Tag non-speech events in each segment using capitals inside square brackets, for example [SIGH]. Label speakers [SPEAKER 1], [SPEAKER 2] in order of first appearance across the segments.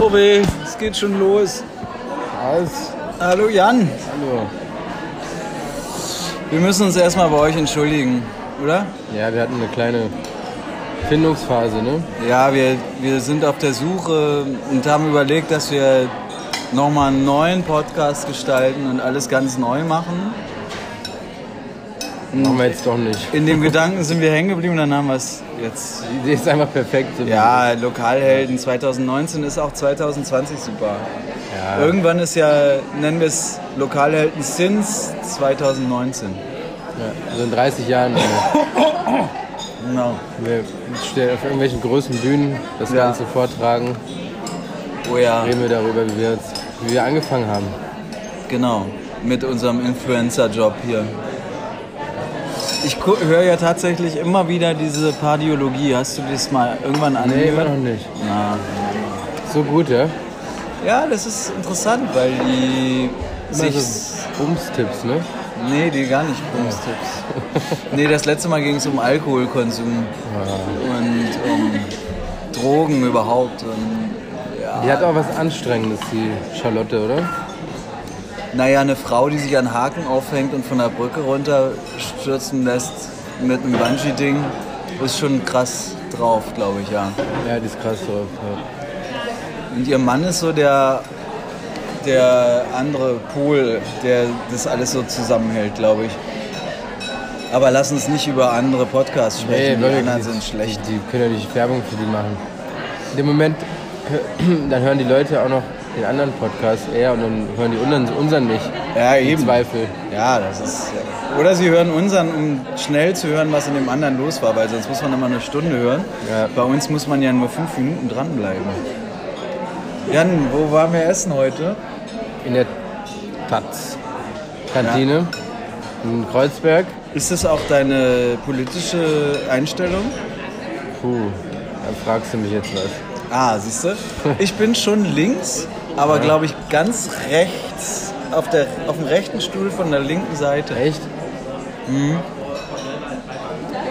[SPEAKER 1] Oh weh, es geht schon los.
[SPEAKER 2] Alles.
[SPEAKER 1] Hallo Jan,
[SPEAKER 2] Hallo.
[SPEAKER 1] wir müssen uns erstmal bei euch entschuldigen, oder?
[SPEAKER 2] Ja, wir hatten eine kleine Findungsphase, ne?
[SPEAKER 1] Ja, wir, wir sind auf der Suche und haben überlegt, dass wir nochmal einen neuen Podcast gestalten und alles ganz neu machen. Mhm.
[SPEAKER 2] Machen wir jetzt doch nicht.
[SPEAKER 1] In dem Gedanken sind wir hängen geblieben, dann haben wir es jetzt.
[SPEAKER 2] Die Idee ist einfach perfekt. so
[SPEAKER 1] Ja, Lokalhelden 2019 ist auch 2020 super.
[SPEAKER 2] wie- ja.
[SPEAKER 1] Irgendwann ist ja, nennen wir es Lokalhelden since 2019.
[SPEAKER 2] ja. So in 30 Jahren. wenn
[SPEAKER 1] Genau.
[SPEAKER 2] Wir wir stellen auf irgendwelchen großen Bühnen das
[SPEAKER 1] Ja.
[SPEAKER 2] Ganze vortragen.
[SPEAKER 1] Oh ja.
[SPEAKER 2] Reden wir darüber, wie wir, jetzt, wie wir angefangen haben.
[SPEAKER 1] Genau, mit unserem Influencer-Job hier. Ich gu- höre ja tatsächlich immer wieder diese Pardiologie. Hast du das mal irgendwann
[SPEAKER 2] Nee, immer
[SPEAKER 1] angehört?
[SPEAKER 2] noch nicht.
[SPEAKER 1] Na.
[SPEAKER 2] So gut, ja?
[SPEAKER 1] Ja, das ist interessant, weil die
[SPEAKER 2] Immer
[SPEAKER 1] sich...
[SPEAKER 2] so Bums-Tipps, ne?
[SPEAKER 1] Nee, die gar nicht Bumstipps. nee, das letzte Mal ging es um Alkoholkonsum und um Drogen überhaupt. Und ja.
[SPEAKER 2] Die hat auch was Anstrengendes, die Charlotte, oder?
[SPEAKER 1] Naja, eine Frau, die sich an Haken aufhängt und von der Brücke runter stürzen lässt mit einem Bungee-Ding, ist schon krass drauf, glaube ich, ja.
[SPEAKER 2] Ja, die ist krass drauf. Ja.
[SPEAKER 1] Und ihr Mann ist so der, der andere Pol, der das alles so zusammenhält, glaube ich. Aber lass uns nicht über andere Podcasts
[SPEAKER 2] Nee,
[SPEAKER 1] sprechen, die
[SPEAKER 2] wirklich
[SPEAKER 1] anderen
[SPEAKER 2] nicht.
[SPEAKER 1] sind schlecht.
[SPEAKER 2] Die können ja nicht Werbung für die machen. In dem Moment, [CLEARS THROAT] dann hören die Leute auch noch den anderen Podcast eher und dann hören die unseren, unseren nicht.
[SPEAKER 1] Ja,
[SPEAKER 2] Im
[SPEAKER 1] eben.
[SPEAKER 2] Zweifel.
[SPEAKER 1] Ja, das ist. Oder sie hören unseren, um schnell zu hören, was in dem anderen los war, weil sonst muss man immer eine Stunde hören.
[SPEAKER 2] Ja.
[SPEAKER 1] Bei uns muss man ja nur fünf Minuten dranbleiben. Jan, wo waren wir essen heute?
[SPEAKER 2] In der Taz. Kantine. In Kreuzberg.
[SPEAKER 1] Ist das auch deine politische Einstellung?
[SPEAKER 2] Puh, da fragst du mich jetzt was.
[SPEAKER 1] Ah, siehst
[SPEAKER 2] [LAUGHS]
[SPEAKER 1] du? Ich bin schon links, aber glaube ich ganz rechts, auf, der, auf dem rechten Stuhl von der linken Seite.
[SPEAKER 2] Echt? [LAUGHS]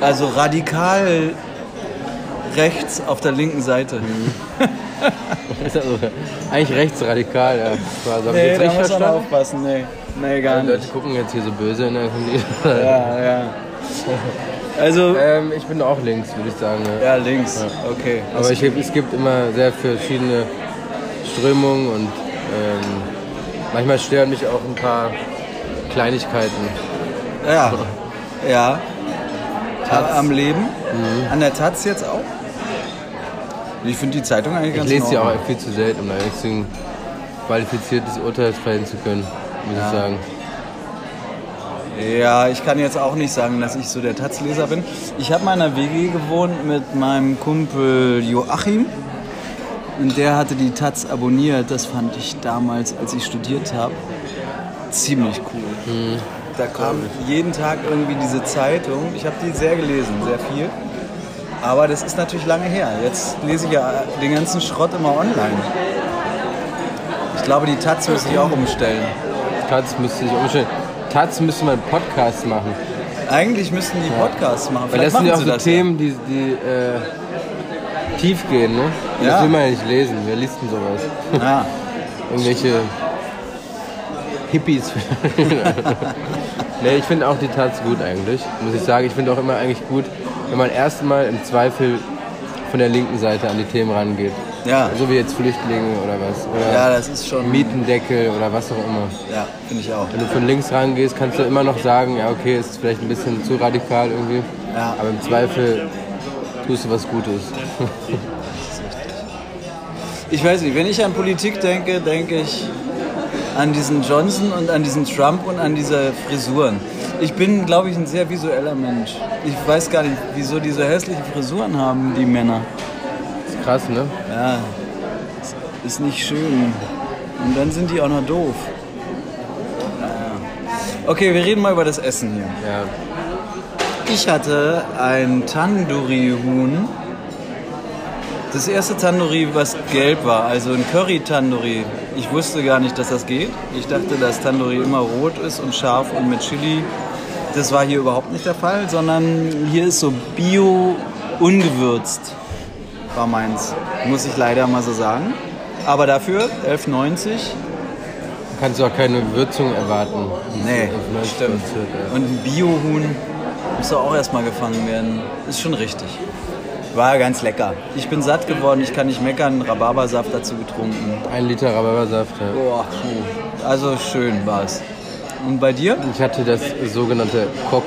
[SPEAKER 1] Also radikal rechts auf der linken Seite.
[SPEAKER 2] Mhm. Ist also eigentlich rechtsradikal, ja. Quasi. Hab ich
[SPEAKER 1] Nee,
[SPEAKER 2] jetzt
[SPEAKER 1] da
[SPEAKER 2] richtig
[SPEAKER 1] muss man
[SPEAKER 2] verstanden?
[SPEAKER 1] aufpassen. Nee, nee gar
[SPEAKER 2] Die Leute
[SPEAKER 1] nicht.
[SPEAKER 2] gucken jetzt hier so böse ne? in der Kantine.
[SPEAKER 1] Ja, ja. Also,
[SPEAKER 2] [LAUGHS] ähm, ich bin auch links, würde ich sagen. ja.
[SPEAKER 1] ja, links. Okay.
[SPEAKER 2] Aber ich, es gibt immer sehr verschiedene Strömungen und ähm, manchmal stören mich auch ein paar Kleinigkeiten.
[SPEAKER 1] Ja. Ja. A- Am Leben.
[SPEAKER 2] Mhm.
[SPEAKER 1] An der Taz jetzt auch. Ich finde die Zeitung eigentlich
[SPEAKER 2] Ich
[SPEAKER 1] ganz
[SPEAKER 2] lese
[SPEAKER 1] in
[SPEAKER 2] sie
[SPEAKER 1] Ordnung.
[SPEAKER 2] auch viel zu selten, um da jetzt ein qualifiziertes Urteil fällen zu können, muss ich sagen.
[SPEAKER 1] Ja, ich kann jetzt auch nicht sagen, dass ich so der Taz-Leser bin. Ich habe in einer WG gewohnt mit meinem Kumpel Joachim. Und der hatte die Taz abonniert. Das fand ich damals, als ich studiert habe, ziemlich cool. Da kam jeden Tag irgendwie diese Zeitung. Ich habe die sehr gelesen, sehr viel. Aber das ist natürlich lange her. Jetzt lese ich ja den ganzen Schrott immer online. Ich glaube, die Taz muss ich auch umstellen.
[SPEAKER 2] Taz müsste ich umstellen. Taz müsste man Podcasts machen.
[SPEAKER 1] Eigentlich müssten die Podcasts machen.
[SPEAKER 2] Weil das
[SPEAKER 1] Vielleicht
[SPEAKER 2] sind ja auch
[SPEAKER 1] machen
[SPEAKER 2] so
[SPEAKER 1] sie das ja.
[SPEAKER 2] Themen, die, die äh, tief gehen, ne? Und
[SPEAKER 1] Ja.
[SPEAKER 2] Das will man ja nicht lesen. Wer liest denn sowas?
[SPEAKER 1] Ja,
[SPEAKER 2] irgendwelche Hippies. [LAUGHS] nee, ich finde auch die Taz gut eigentlich, muss ich sagen. Ich finde auch immer eigentlich gut, wenn man erstmal im Zweifel von der linken Seite an die Themen rangeht.
[SPEAKER 1] ja,
[SPEAKER 2] So wie jetzt Flüchtlinge oder was. Oder
[SPEAKER 1] ja, das ist schon.
[SPEAKER 2] Mietendeckel oder was auch immer.
[SPEAKER 1] Ja, finde ich auch.
[SPEAKER 2] Wenn du von links rangehst, kannst du immer noch sagen, ja okay, ist vielleicht ein bisschen zu radikal irgendwie.
[SPEAKER 1] Ja.
[SPEAKER 2] Aber im Zweifel tust du was Gutes.
[SPEAKER 1] Ich weiß nicht, wenn ich an Politik denke, denke ich an diesen Johnson und an diesen Trump und an diese Frisuren. Ich bin, glaube ich, ein sehr visueller Mensch. Ich weiß gar nicht, wieso die so hässliche Frisuren haben, die Männer.
[SPEAKER 2] Ist krass, ne?
[SPEAKER 1] Ja, ist nicht schön. Und dann sind die auch noch doof. Ja. Okay, wir reden mal über das Essen hier.
[SPEAKER 2] Ja.
[SPEAKER 1] Ich hatte ein Tandoori-Huhn. Das erste Tandoori, was gelb war, also ein Curry-Tandoori. Ich wusste gar nicht, dass das geht. Ich dachte, dass Tandoori immer rot ist und scharf und mit Chili. Das war hier überhaupt nicht der Fall, sondern hier ist so bio ungewürzt, war meins. Muss ich leider mal so sagen. Aber dafür 11,90.
[SPEAKER 2] Kannst du auch keine Würzung erwarten.
[SPEAKER 1] Nee,
[SPEAKER 2] Auf
[SPEAKER 1] stimmt.
[SPEAKER 2] 19 Wird, ja.
[SPEAKER 1] Und ein Biohuhn muss doch auch erstmal gefangen werden. Ist schon richtig. War ganz lecker. Ich bin satt geworden, ich kann nicht meckern. Rhabarbersaft dazu getrunken.
[SPEAKER 2] Ein Liter Rhabarbersaft. Ja.
[SPEAKER 1] Boah, puh. also schön war's. Und bei dir?
[SPEAKER 2] Ich hatte das sogenannte Coq,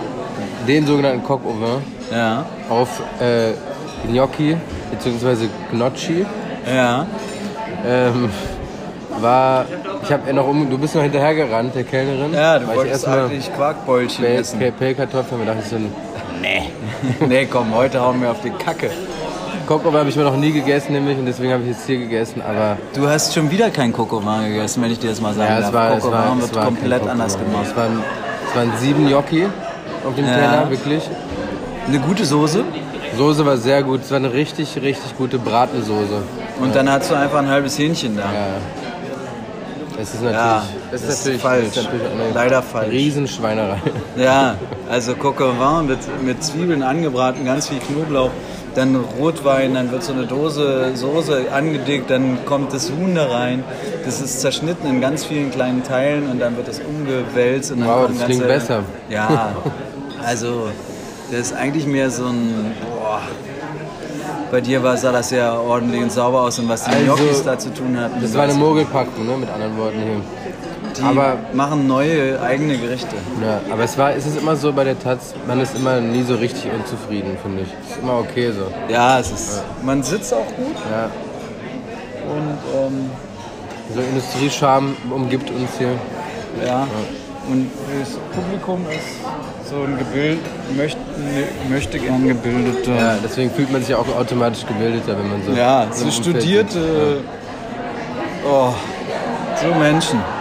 [SPEAKER 2] den sogenannten Coq au vin
[SPEAKER 1] Ja.
[SPEAKER 2] auf äh, Gnocchi bzw. Gnocchi.
[SPEAKER 1] Ja.
[SPEAKER 2] Ähm, war, ich habe noch um, du bist noch hinterhergerannt, der Kellnerin.
[SPEAKER 1] Ja, du
[SPEAKER 2] Weil ich
[SPEAKER 1] wolltest
[SPEAKER 2] erstmal
[SPEAKER 1] eigentlich Quarkbällchen
[SPEAKER 2] Pell-
[SPEAKER 1] essen.
[SPEAKER 2] Pell- Pellkartoffeln, mir dachte ich so ein
[SPEAKER 1] Nee. nee, komm, heute hauen wir auf die Kacke.
[SPEAKER 2] Coq au vin habe ich mir noch nie gegessen nämlich und deswegen habe ich jetzt hier gegessen, aber
[SPEAKER 1] Du hast schon wieder kein Kokovan gegessen, wenn ich dir das mal sagen
[SPEAKER 2] ja, es
[SPEAKER 1] darf.
[SPEAKER 2] war, es
[SPEAKER 1] Kokovan
[SPEAKER 2] war, es
[SPEAKER 1] wird
[SPEAKER 2] war kein
[SPEAKER 1] komplett
[SPEAKER 2] Coq au
[SPEAKER 1] anders
[SPEAKER 2] vin.
[SPEAKER 1] gemacht.
[SPEAKER 2] Es waren, es waren sieben Gnocchi auf dem
[SPEAKER 1] Ja.
[SPEAKER 2] Teller, wirklich.
[SPEAKER 1] Eine gute Soße
[SPEAKER 2] Soße war sehr gut, es war eine richtig, richtig gute Bratensoße.
[SPEAKER 1] und dann hast du einfach ein halbes Hähnchen da.
[SPEAKER 2] Ja. Es ist
[SPEAKER 1] Ja,
[SPEAKER 2] natürlich, es
[SPEAKER 1] das
[SPEAKER 2] ist
[SPEAKER 1] ist
[SPEAKER 2] natürlich,
[SPEAKER 1] falsch.
[SPEAKER 2] es Ist natürlich eine
[SPEAKER 1] Leider falsch.
[SPEAKER 2] Riesenschweinerei.
[SPEAKER 1] Ja, also Coquevin mit, mit Zwiebeln angebraten, ganz viel Knoblauch, dann Rotwein, dann wird so eine Dose Soße angedickt, dann kommt das Huhn da rein. Das ist zerschnitten in ganz vielen kleinen Teilen und dann wird das umgewälzt. Und dann
[SPEAKER 2] Wow,
[SPEAKER 1] kommen
[SPEAKER 2] das klingt
[SPEAKER 1] ganze-
[SPEAKER 2] besser. [LAUGHS]
[SPEAKER 1] Ja, also das ist eigentlich mehr so ein... Boah, bei dir war, sah das ja ordentlich und sauber aus und was die
[SPEAKER 2] Also,
[SPEAKER 1] Gnocchis da zu tun hatten.
[SPEAKER 2] Das war eine
[SPEAKER 1] weiß
[SPEAKER 2] Mogelpackung, ne, mit anderen Worten hier.
[SPEAKER 1] ich. Die
[SPEAKER 2] aber-
[SPEAKER 1] machen neue eigene Gerichte.
[SPEAKER 2] Ja, aber es war, es ist immer so bei der Taz, man ist immer nie so richtig unzufrieden, finde ich. Ist immer okay so.
[SPEAKER 1] Ja, es ist, man sitzt auch gut.
[SPEAKER 2] Ja,
[SPEAKER 1] Und ähm,
[SPEAKER 2] so Industriescham umgibt uns hier.
[SPEAKER 1] ja. Und das Publikum ist so ein gebild, möchte, möchte gern gebildeter.
[SPEAKER 2] Ja, deswegen fühlt man sich auch automatisch gebildeter, wenn man so.
[SPEAKER 1] Ja,
[SPEAKER 2] im
[SPEAKER 1] so
[SPEAKER 2] Umfeld
[SPEAKER 1] studierte. Oh, so Menschen.
[SPEAKER 2] ist.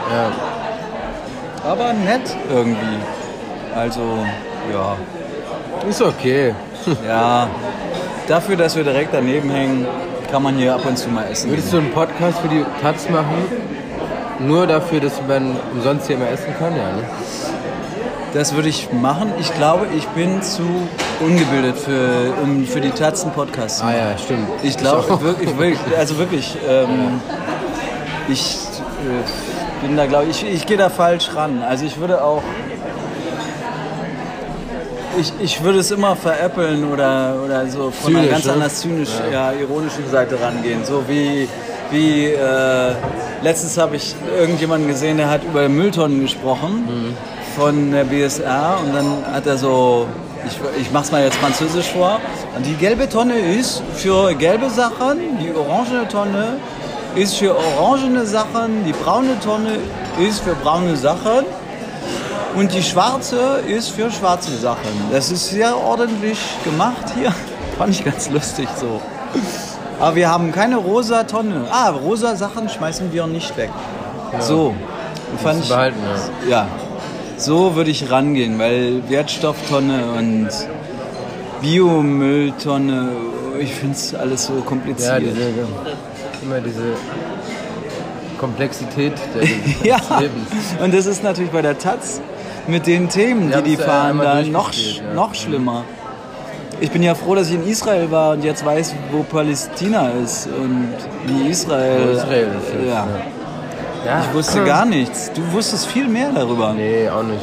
[SPEAKER 2] Ja.
[SPEAKER 1] Aber nett irgendwie. Also, ja.
[SPEAKER 2] Ist okay.
[SPEAKER 1] Ja. Dafür, dass wir direkt daneben hängen, kann man hier ab und zu mal essen.
[SPEAKER 2] Würdest
[SPEAKER 1] Gehen.
[SPEAKER 2] du einen Podcast für die Taz machen? Nur dafür, dass man umsonst hier immer essen kann, ja, ne?
[SPEAKER 1] Das würde ich machen. Ich glaube, ich bin zu ungebildet für, um, für die Tatzen Podcasts. zu
[SPEAKER 2] Ah ja, stimmt.
[SPEAKER 1] Ich glaube wirklich, wirklich, also wirklich, ähm, ich äh, bin da, glaube ich, ich gehe da falsch ran. Also ich würde auch, ich, ich würde es immer veräppeln oder, oder so von einer
[SPEAKER 2] Zynisch,
[SPEAKER 1] ganz
[SPEAKER 2] ne?
[SPEAKER 1] anders zynisch, ja. ironischen Seite rangehen. So wie, wie äh, letztens habe ich irgendjemanden gesehen, der hat über Mülltonnen gesprochen von der BSR und dann hat er so, ich, ich mach's mal jetzt französisch vor, die gelbe Tonne ist für gelbe Sachen, die orangene Tonne ist für orangene Sachen, die braune Tonne ist für braune Sachen und die schwarze ist für schwarze Sachen. Das ist sehr ordentlich gemacht hier. [LAUGHS] Fand ich ganz lustig so. Aber wir haben keine rosa Tonne. Ah, rosa Sachen schmeißen wir nicht weg. So. Fand ich,
[SPEAKER 2] behalten, ja.
[SPEAKER 1] ja, so würde ich rangehen, weil Wertstofftonne und Biomülltonne, ich finde es alles so
[SPEAKER 2] Ja,
[SPEAKER 1] kompliziert.
[SPEAKER 2] diese, immer diese Komplexität
[SPEAKER 1] [LAUGHS]
[SPEAKER 2] der- des
[SPEAKER 1] Ja,
[SPEAKER 2] Lebens.
[SPEAKER 1] und das ist natürlich bei der Taz mit den Themen,
[SPEAKER 2] Ja,
[SPEAKER 1] die die
[SPEAKER 2] das ist ja
[SPEAKER 1] fahren,
[SPEAKER 2] einmal
[SPEAKER 1] da noch,
[SPEAKER 2] durchgespielt,
[SPEAKER 1] sch-
[SPEAKER 2] ja.
[SPEAKER 1] noch schlimmer. Ich bin ja froh, dass ich in Israel war und jetzt weiß, wo Palästina ist und wie Israel.
[SPEAKER 2] Wo Israel ist jetzt,
[SPEAKER 1] ja.
[SPEAKER 2] ja. Ja.
[SPEAKER 1] Ich wusste gar nichts. Du wusstest viel mehr darüber.
[SPEAKER 2] Nee, auch nicht.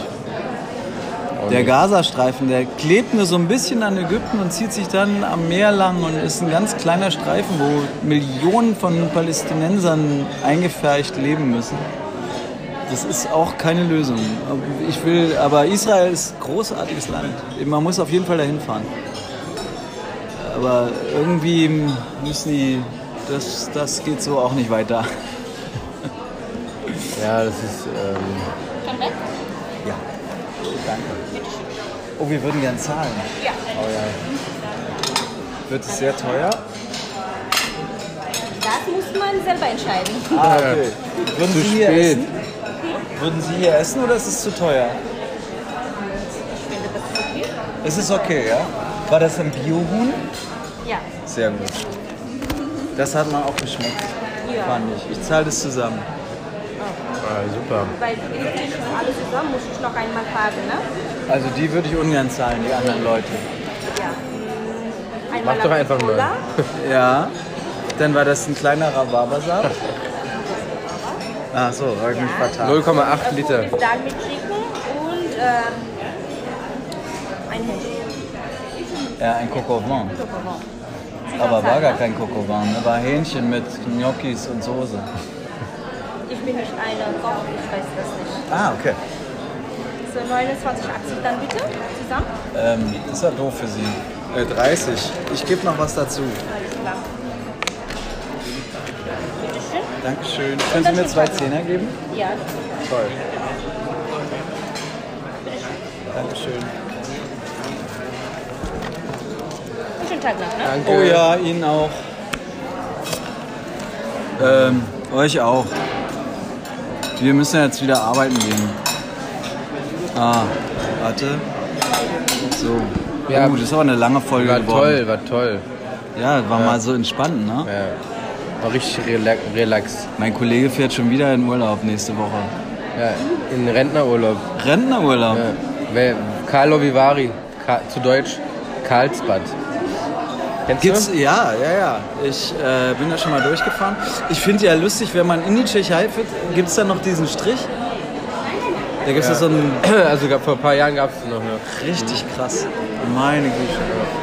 [SPEAKER 2] Auch
[SPEAKER 1] Der
[SPEAKER 2] nicht.
[SPEAKER 1] Gazastreifen, der klebt nur so ein bisschen an Ägypten und zieht sich dann am Meer lang und ist ein ganz kleiner Streifen, wo Millionen von Palästinensern eingepfercht leben müssen. Das ist auch keine Lösung. Ich will, aber Israel ist ein großartiges Land. Man muss auf jeden Fall dahin fahren. Aber irgendwie müssen die, das, das geht so auch nicht weiter.
[SPEAKER 2] Ja, das ist. Ähm,
[SPEAKER 1] Ja. Danke. Oh, wir würden gern zahlen. Ja. Oh ja. Wird es sehr teuer?
[SPEAKER 3] Das muss man selber entscheiden.
[SPEAKER 1] Ah, okay. Würden
[SPEAKER 2] zu
[SPEAKER 1] Sie hier
[SPEAKER 2] spät.
[SPEAKER 1] essen? Würden Sie hier essen oder ist es zu teuer? Es ist okay, ja? War das ein Biohuhn?
[SPEAKER 3] Ja.
[SPEAKER 1] Sehr gut. Das hat man auch geschmeckt,
[SPEAKER 3] ja.
[SPEAKER 1] fand ich. Ich zahle das zusammen.
[SPEAKER 2] ah, super.
[SPEAKER 3] Weil wirklich alles zusammen muss ich noch einmal fragen, ne?
[SPEAKER 1] Also die würde ich ungern zahlen, die anderen Leute.
[SPEAKER 3] Ja. Hm, Einmal
[SPEAKER 2] Mach doch
[SPEAKER 3] eine
[SPEAKER 2] einfach mal.
[SPEAKER 3] Cola.
[SPEAKER 1] Ja. Dann war das ein kleiner Rhabarbersaft. Ach so, habe ich mich vertan.
[SPEAKER 2] 0,8 Liter.
[SPEAKER 3] äh, Dann mit Chicken und ähm, ein Hähnchen.
[SPEAKER 1] Ja, ein Coq au vin.
[SPEAKER 3] Zuckerrohr.
[SPEAKER 1] Aber war gar kein Coq au vin, ne? war Hähnchen mit Gnocchis und Soße.
[SPEAKER 3] Ich bin nicht eine Koch, ich weiß das nicht.
[SPEAKER 1] Ah, okay.
[SPEAKER 3] So 29,80 dann bitte zusammen.
[SPEAKER 1] Ähm, ist ja doof für Sie. Äh, 30. Ich gebe noch was dazu.
[SPEAKER 3] Alles klar. Bitteschön.
[SPEAKER 1] Dankeschön. Können Sie mir zwei Zehner geben?
[SPEAKER 3] Ja,
[SPEAKER 1] Toll. Dankeschön.
[SPEAKER 3] schönen Tag noch, ne?
[SPEAKER 2] Danke.
[SPEAKER 1] Oh ja, Ihnen auch. Ähm, euch auch. Wir müssen jetzt wieder arbeiten gehen. Ah, warte. So.
[SPEAKER 2] Ja.
[SPEAKER 1] uh, das ist aber eine lange Folge
[SPEAKER 2] War
[SPEAKER 1] geworden.
[SPEAKER 2] toll, war toll.
[SPEAKER 1] Ja, war mal so entspannt, ne?
[SPEAKER 2] Ja. War richtig relax. relax.
[SPEAKER 1] Mein Kollege fährt schon wieder in Urlaub nächste Woche.
[SPEAKER 2] Ja, in Rentnerurlaub.
[SPEAKER 1] Rentnerurlaub.
[SPEAKER 2] Ja. Wer- Carlo Vivari, Ka zu Deutsch Karlsbad. Kennst
[SPEAKER 1] Gibt's,
[SPEAKER 2] du?
[SPEAKER 1] ja, ja, ja. Ich äh, bin da schon mal durchgefahren. Ich finde ja lustig, wenn man in die Tschechei fährt, gibt es da noch diesen Strich. Da gibt es ja. so einen
[SPEAKER 2] [CLEARS THROAT] Also gab, vor ein paar Jahren gab es noch eine.
[SPEAKER 1] richtig krass. Meine Güte.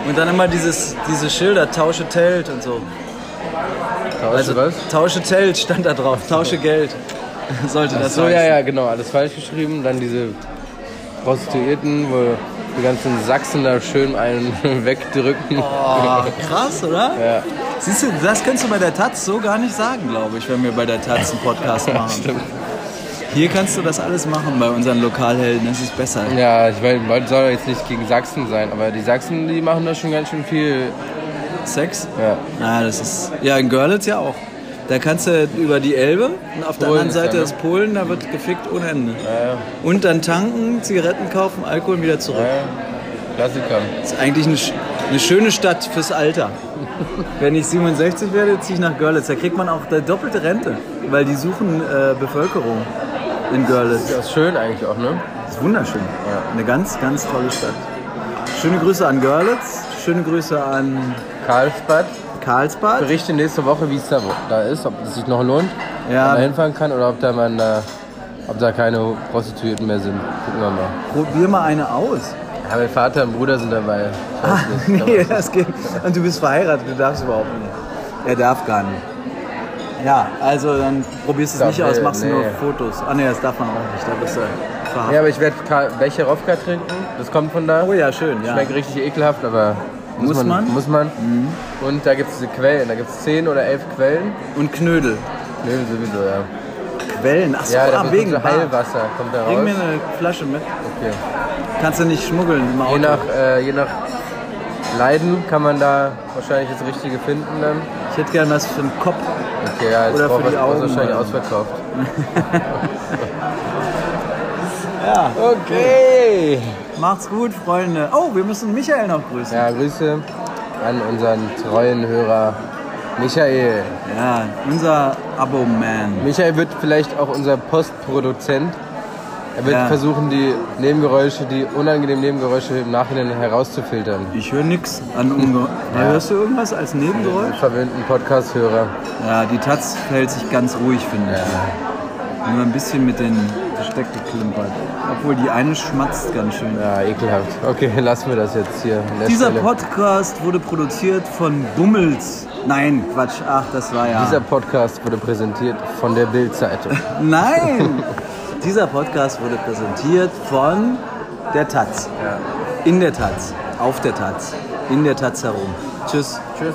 [SPEAKER 1] Und dann immer dieses, diese Schilder, tausche Telt und so.
[SPEAKER 2] Also was?
[SPEAKER 1] tausche Telt stand da drauf, tausche Geld. [LAUGHS] Sollte das
[SPEAKER 2] So,
[SPEAKER 1] heißen.
[SPEAKER 2] ja, ja, genau, alles falsch geschrieben. Dann diese Prostituierten, wo die ganzen Sachsen da schön einen [LAUGHS] wegdrücken.
[SPEAKER 1] Ah, krass, oder?
[SPEAKER 2] Ja.
[SPEAKER 1] Siehst du, das könntest du bei der Taz so gar nicht sagen, glaube ich, wenn wir bei der Taz einen
[SPEAKER 2] [LAUGHS]
[SPEAKER 1] Podcast machen.
[SPEAKER 2] Stimmt.
[SPEAKER 1] Hier kannst du das alles machen bei unseren Lokalhelden, das ist besser.
[SPEAKER 2] Ja, ich meine, Leute soll jetzt nicht gegen Sachsen sein, aber die Sachsen, die machen da schon ganz schön viel.
[SPEAKER 1] Sex?
[SPEAKER 2] Ja.
[SPEAKER 1] Ah, das ist. Ja, in Görlitz ja auch. Da kannst du über die Elbe und auf der
[SPEAKER 2] Polen
[SPEAKER 1] anderen
[SPEAKER 2] ist da,
[SPEAKER 1] Seite
[SPEAKER 2] ne?
[SPEAKER 1] ist Polen, da wird gefickt ohne Ende. Und dann tanken, Zigaretten kaufen, Alkohol wieder zurück.
[SPEAKER 2] Ja, Klassiker.
[SPEAKER 1] Das ist eigentlich eine, sch- eine schöne Stadt fürs
[SPEAKER 2] [LAUGHS]
[SPEAKER 1] Alter. Wenn ich 67 werde, ziehe ich nach Görlitz. Da kriegt man auch da doppelte Rente, weil die suchen äh, Bevölkerung in Görlitz.
[SPEAKER 2] Das ist schön eigentlich auch, ne?
[SPEAKER 1] Das ist wunderschön. Eine ganz, ganz tolle Stadt. Schöne Grüße an Görlitz, schöne Grüße an
[SPEAKER 2] Karlsbad.
[SPEAKER 1] Karlsbad.
[SPEAKER 2] Berichte nächste Woche, wie es da, da ist, ob es sich noch lohnt,
[SPEAKER 1] Ja.
[SPEAKER 2] ob man hinfahren kann oder ob da man da, ob da keine Prostituierten mehr sind. Gucken wir mal.
[SPEAKER 1] Probier mal eine aus.
[SPEAKER 2] Ja, mein Vater und Bruder sind dabei. Ich weiß
[SPEAKER 1] [LAUGHS]
[SPEAKER 2] nicht,
[SPEAKER 1] Nee,
[SPEAKER 2] aber-
[SPEAKER 1] das geht. Und du bist verheiratet, du darfst überhaupt nicht. Er darf gar nicht. Ja, also dann probierst du es
[SPEAKER 2] Darf
[SPEAKER 1] nicht aus,
[SPEAKER 2] er,
[SPEAKER 1] machst
[SPEAKER 2] nee.
[SPEAKER 1] nur Fotos. Ah ne, das darf man auch nicht, da bist du verhaftet.
[SPEAKER 2] Ja, aber ich werde Karl- Becherowka trinken. Das kommt von da.
[SPEAKER 1] oh ja, schön, ja.
[SPEAKER 2] Schmeckt richtig ekelhaft, aber muss,
[SPEAKER 1] Muss man? Mhm.
[SPEAKER 2] Muss man. Und da gibt es diese Quellen. Da gibt es 10 oder 11 Quellen.
[SPEAKER 1] Und Knödel.
[SPEAKER 2] Nö, sowieso, ja.
[SPEAKER 1] Quellen, ach so,
[SPEAKER 2] Ja, da
[SPEAKER 1] ah,
[SPEAKER 2] wird
[SPEAKER 1] wegen
[SPEAKER 2] so
[SPEAKER 1] Bar.
[SPEAKER 2] Heilwasser kommt da raus.
[SPEAKER 1] Bring mir eine Flasche mit.
[SPEAKER 2] Okay.
[SPEAKER 1] Kannst du nicht schmuggeln im Auto.
[SPEAKER 2] Je nach, äh, je nach Leiden kann man da wahrscheinlich das Richtige finden dann.
[SPEAKER 1] Ich hätte gern was für einen Kopf.
[SPEAKER 2] Okay, ja, jetzt
[SPEAKER 1] Oder für
[SPEAKER 2] braucht
[SPEAKER 1] die
[SPEAKER 2] man-
[SPEAKER 1] Augen,
[SPEAKER 2] ist wahrscheinlich
[SPEAKER 1] oder?
[SPEAKER 2] ausverkauft.
[SPEAKER 1] [LAUGHS] Ja,
[SPEAKER 2] Okay.
[SPEAKER 1] macht's gut, Freunde. Oh, wir müssen Michael noch grüßen.
[SPEAKER 2] Ja, Grüße an unseren treuen Hörer Michael.
[SPEAKER 1] Ja, unser Abo-Man.
[SPEAKER 2] Michael wird vielleicht auch unser Postproduzent. Er wird
[SPEAKER 1] Ja.
[SPEAKER 2] versuchen, die Nebengeräusche, die unangenehmen Nebengeräusche im Nachhinein herauszufiltern.
[SPEAKER 1] Ich höre nichts an Unge
[SPEAKER 2] Ja.
[SPEAKER 1] Hörst du irgendwas als Nebengeräusch?
[SPEAKER 2] Die verwöhnten Podcast-Hörer.
[SPEAKER 1] Ja, die Taz verhält sich ganz ruhig, finde ich. Nur ein bisschen mit den Besteck geklimpert. Obwohl die eine schmatzt ganz schön.
[SPEAKER 2] Ja, ekelhaft. Okay, [LAUGHS] lassen wir das jetzt hier. an der
[SPEAKER 1] Dieser
[SPEAKER 2] Stelle.
[SPEAKER 1] Podcast wurde produziert von Bummels. Nein, Quatsch. Ach, das war ja.
[SPEAKER 2] Dieser Podcast wurde präsentiert von der Bild-Zeitung. [LAUGHS]
[SPEAKER 1] Nein! Dieser Podcast wurde präsentiert von der Taz. In der Taz. Auf der Taz. In der Taz herum. Tschüss.
[SPEAKER 2] Tschüss.